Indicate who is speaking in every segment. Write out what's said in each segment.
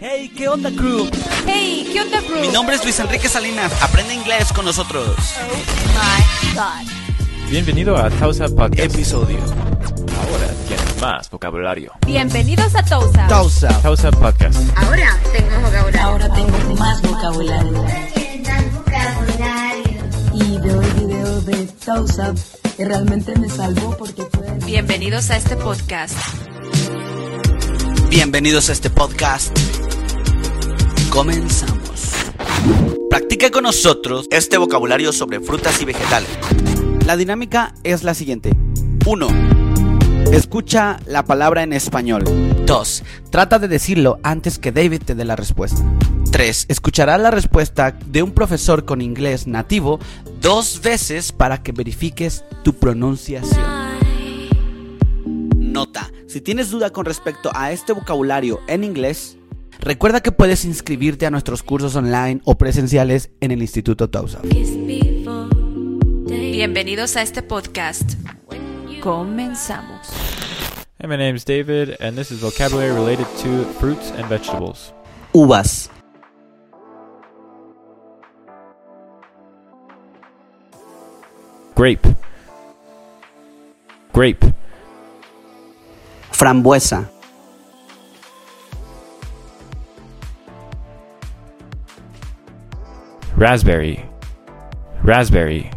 Speaker 1: Hey, ¿qué onda, crew?
Speaker 2: Hey, ¿qué onda, crew?
Speaker 3: Mi nombre es Luis Enrique Salinas. Aprende inglés con nosotros.
Speaker 2: Oh my God.
Speaker 4: Bienvenido a Tausa Podcast.
Speaker 3: Episodio.
Speaker 4: Ahora tienes más vocabulario.
Speaker 2: Bienvenidos a Tousa.
Speaker 1: Tausa.
Speaker 4: Tausa Podcast.
Speaker 5: Ahora tengo vocabulario.
Speaker 6: Ahora tengo más vocabulario
Speaker 5: vocabulario.
Speaker 6: y veo el video de Tausab que realmente me salvó porque fue...
Speaker 2: Bienvenidos a este podcast.
Speaker 3: Bienvenidos a este podcast. Comenzamos. Practica con nosotros este vocabulario sobre frutas y vegetales. La dinámica es la siguiente. 1. Escucha la palabra en español. 2. Trata de decirlo antes que David te dé la respuesta. 3. Escuchará la respuesta de un profesor con inglés nativo dos veces para que verifiques tu pronunciación. Nota, si tienes duda con respecto a este vocabulario en inglés, recuerda que puedes inscribirte a nuestros cursos online o presenciales en el Instituto Tausa.
Speaker 2: Bienvenidos a este podcast. Comenzamos.
Speaker 4: Hey, my name's David, and this is vocabulary related to fruits and vegetables.
Speaker 3: Uvas,
Speaker 4: Grape. Grape.
Speaker 3: frambuesa,
Speaker 4: Raspberry. Raspberry.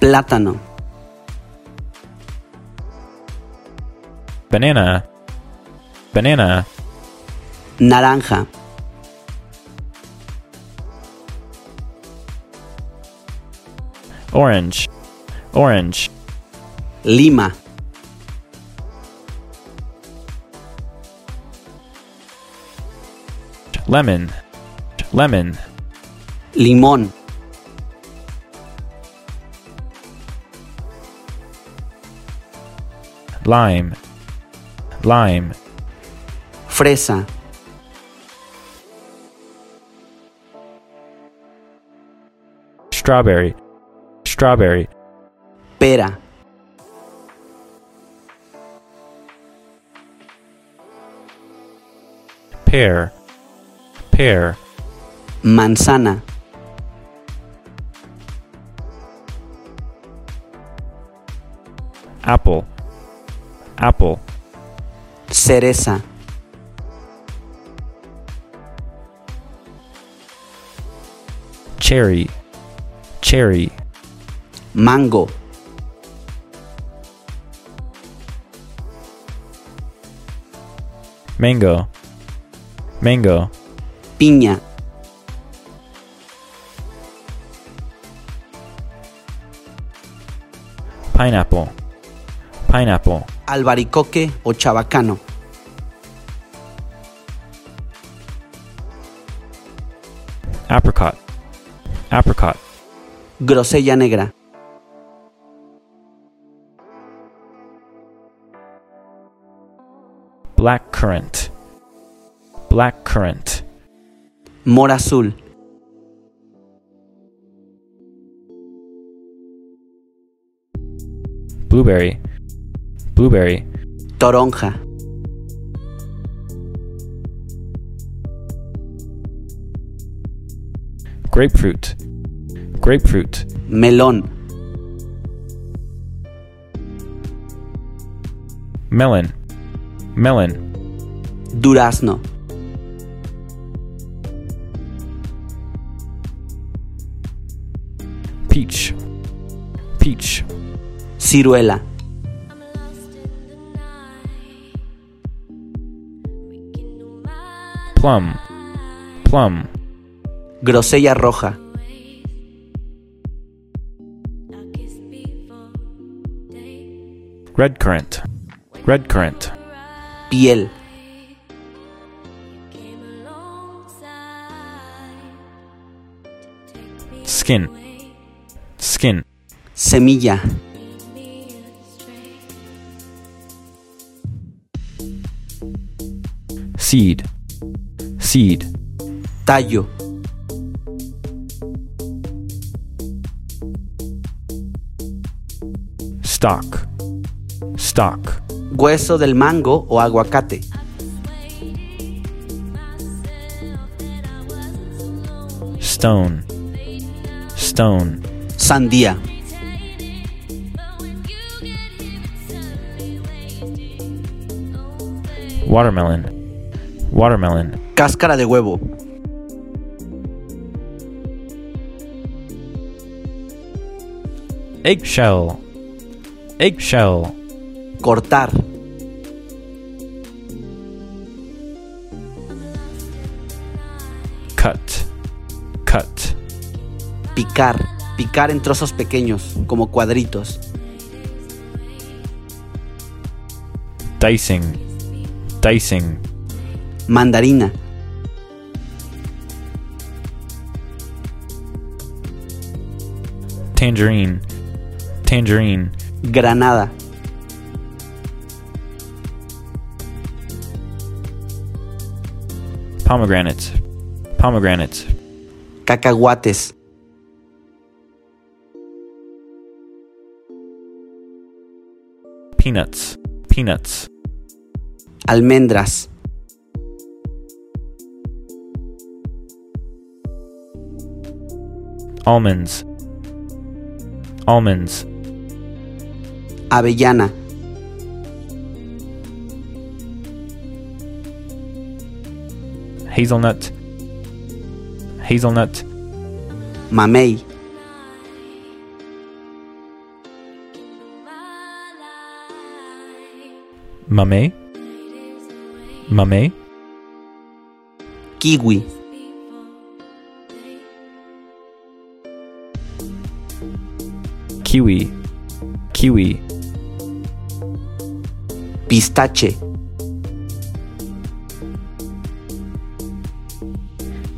Speaker 3: plátano,
Speaker 4: Banana. Banana.
Speaker 3: naranja,
Speaker 4: Orange. Orange.
Speaker 3: lima,
Speaker 4: Lemon. Lemon.
Speaker 3: limón,
Speaker 4: Lime. Lime.
Speaker 3: fresa,
Speaker 4: Strawberry. Strawberry.
Speaker 3: pera,
Speaker 4: Pear. Pear.
Speaker 3: manzana,
Speaker 4: Apple. Apple.
Speaker 3: cereza,
Speaker 4: Cherry. Cherry.
Speaker 3: mango,
Speaker 4: Mango. Mango.
Speaker 3: piña,
Speaker 4: Pineapple. Pineapple.
Speaker 3: albaricoque o chabacano,
Speaker 4: Apricot. Apricot.
Speaker 3: grosella negra,
Speaker 4: Black currant. Black currant.
Speaker 3: mora azul,
Speaker 4: Blueberry. Blueberry.
Speaker 3: toronja,
Speaker 4: Grapefruit. Grapefruit.
Speaker 3: melón,
Speaker 4: Melon. Melon.
Speaker 3: durazno,
Speaker 4: Peach. Peach.
Speaker 3: ciruela,
Speaker 4: Plum. Plum.
Speaker 3: grosella roja,
Speaker 4: Red currant. Red currant.
Speaker 3: piel,
Speaker 4: Skin. Skin.
Speaker 3: semilla,
Speaker 4: Seed. Seed.
Speaker 3: tallo,
Speaker 4: Stock. Stock.
Speaker 3: hueso del mango o aguacate,
Speaker 4: Stone. Stone.
Speaker 3: Sandía.
Speaker 4: Watermelon. Watermelon.
Speaker 3: Cáscara de huevo.
Speaker 4: Eggshell. Eggshell.
Speaker 3: Cortar.
Speaker 4: Cut. Cut.
Speaker 3: Picar. Picar en trozos pequeños, como cuadritos.
Speaker 4: Dicing. Dicing.
Speaker 3: Mandarina.
Speaker 4: Tangerine. Tangerine.
Speaker 3: Granada.
Speaker 4: Pomegranates. Pomegranates.
Speaker 3: Cacahuates.
Speaker 4: Peanuts. Peanuts.
Speaker 3: Almendras.
Speaker 4: Almonds. Almonds.
Speaker 3: Avellana.
Speaker 4: Hazelnut. Hazelnut.
Speaker 3: Mamey.
Speaker 4: Mame. Mame.
Speaker 3: Kiwi.
Speaker 4: Kiwi. Kiwi.
Speaker 3: Pistache.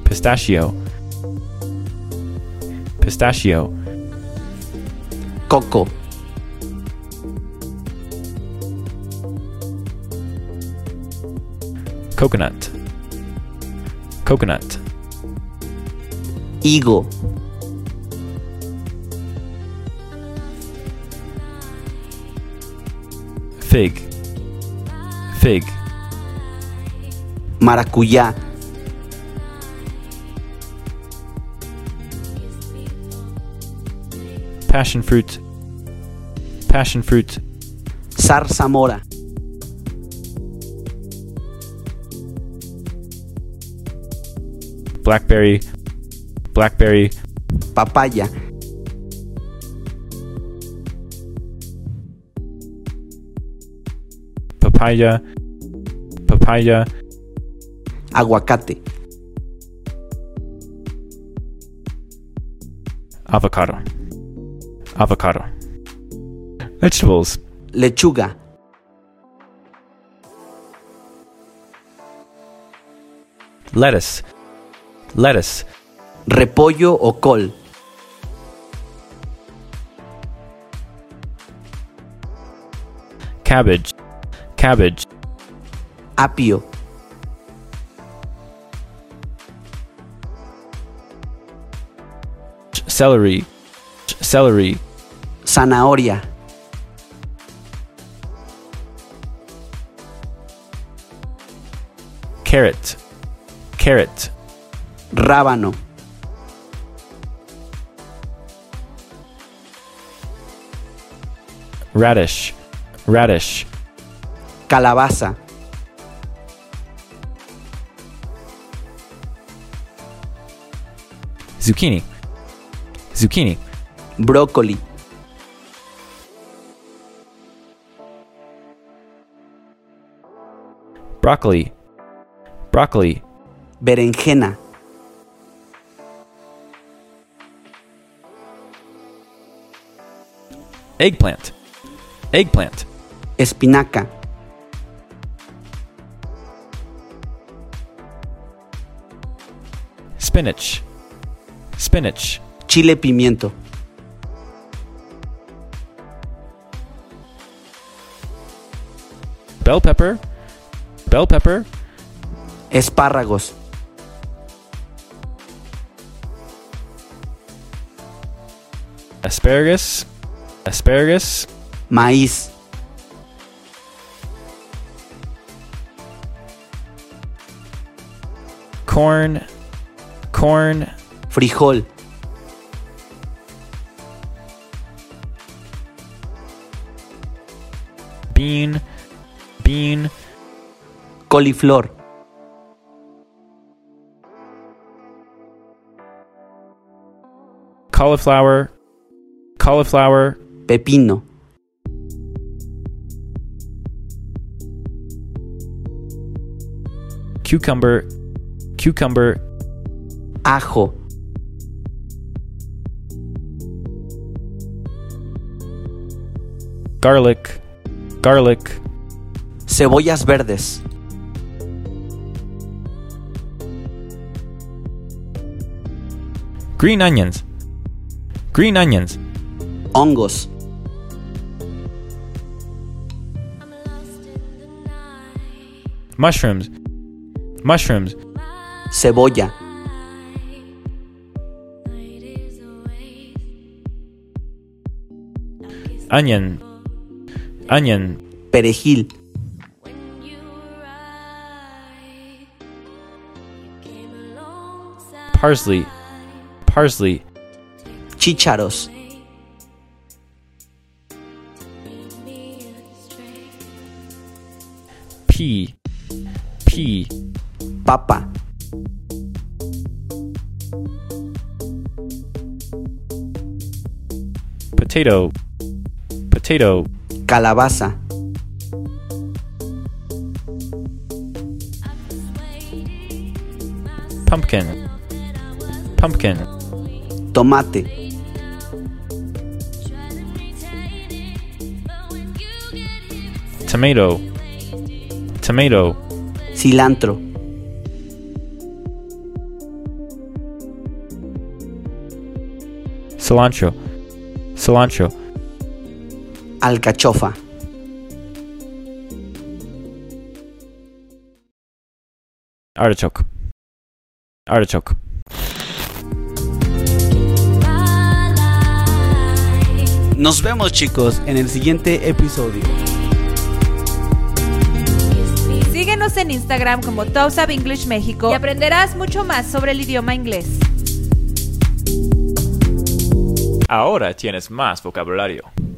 Speaker 4: Pistachio. Pistachio.
Speaker 3: Coco.
Speaker 4: Coconut. Coconut.
Speaker 3: Higo.
Speaker 4: Fig. Fig.
Speaker 3: Maracuyá.
Speaker 4: Passion fruit. Passion fruit.
Speaker 3: Zarzamora.
Speaker 4: Blackberry. Blackberry.
Speaker 3: Papaya.
Speaker 4: Papaya. Papaya.
Speaker 3: Aguacate.
Speaker 4: Avocado. Avocado. Vegetables.
Speaker 3: Lechuga.
Speaker 4: Lettuce. Lettuce.
Speaker 3: Repollo o col.
Speaker 4: Cabbage. Cabbage.
Speaker 3: Apio.
Speaker 4: Celery. Celery.
Speaker 3: Zanahoria.
Speaker 4: Carrot. Carrot.
Speaker 3: Rábano.
Speaker 4: Radish. Radish.
Speaker 3: Calabaza.
Speaker 4: Zucchini. Zucchini.
Speaker 3: Brócoli.
Speaker 4: Broccoli. Broccoli.
Speaker 3: Berenjena.
Speaker 4: Eggplant. Eggplant.
Speaker 3: Espinaca.
Speaker 4: Spinach. Spinach.
Speaker 3: Chile pimiento.
Speaker 4: Bell pepper. Bell pepper.
Speaker 3: Espárragos.
Speaker 4: Asparagus. Asparagus.
Speaker 3: Maíz.
Speaker 4: Corn. Corn.
Speaker 3: Frijol.
Speaker 4: bean, bean,
Speaker 3: Coliflor.
Speaker 4: cauliflower, cauliflower,
Speaker 3: Pepino.
Speaker 4: cucumber, cucumber,
Speaker 3: Ajo.
Speaker 4: garlic, garlic,
Speaker 3: Cebollas verdes.
Speaker 4: green onions, green onions,
Speaker 3: Hongos.
Speaker 4: mushrooms, mushrooms,
Speaker 3: Cebolla.
Speaker 4: onion, onion,
Speaker 3: Perejil.
Speaker 4: parsley, parsley,
Speaker 3: Chícharos.
Speaker 4: pea, pea,
Speaker 3: Papa.
Speaker 4: potato, potato,
Speaker 3: Calabaza.
Speaker 4: pumpkin, pumpkin,
Speaker 3: Tomate.
Speaker 4: tomato, tomato,
Speaker 3: Cilantro.
Speaker 4: cilantro, cilantro,
Speaker 3: Alcachofa.
Speaker 4: artichoke, artichoke.
Speaker 3: Nos vemos chicos en el siguiente episodio.
Speaker 2: Síguenos en Instagram como Toast English México y aprenderás mucho más sobre el idioma inglés.
Speaker 4: Ahora tienes más vocabulario.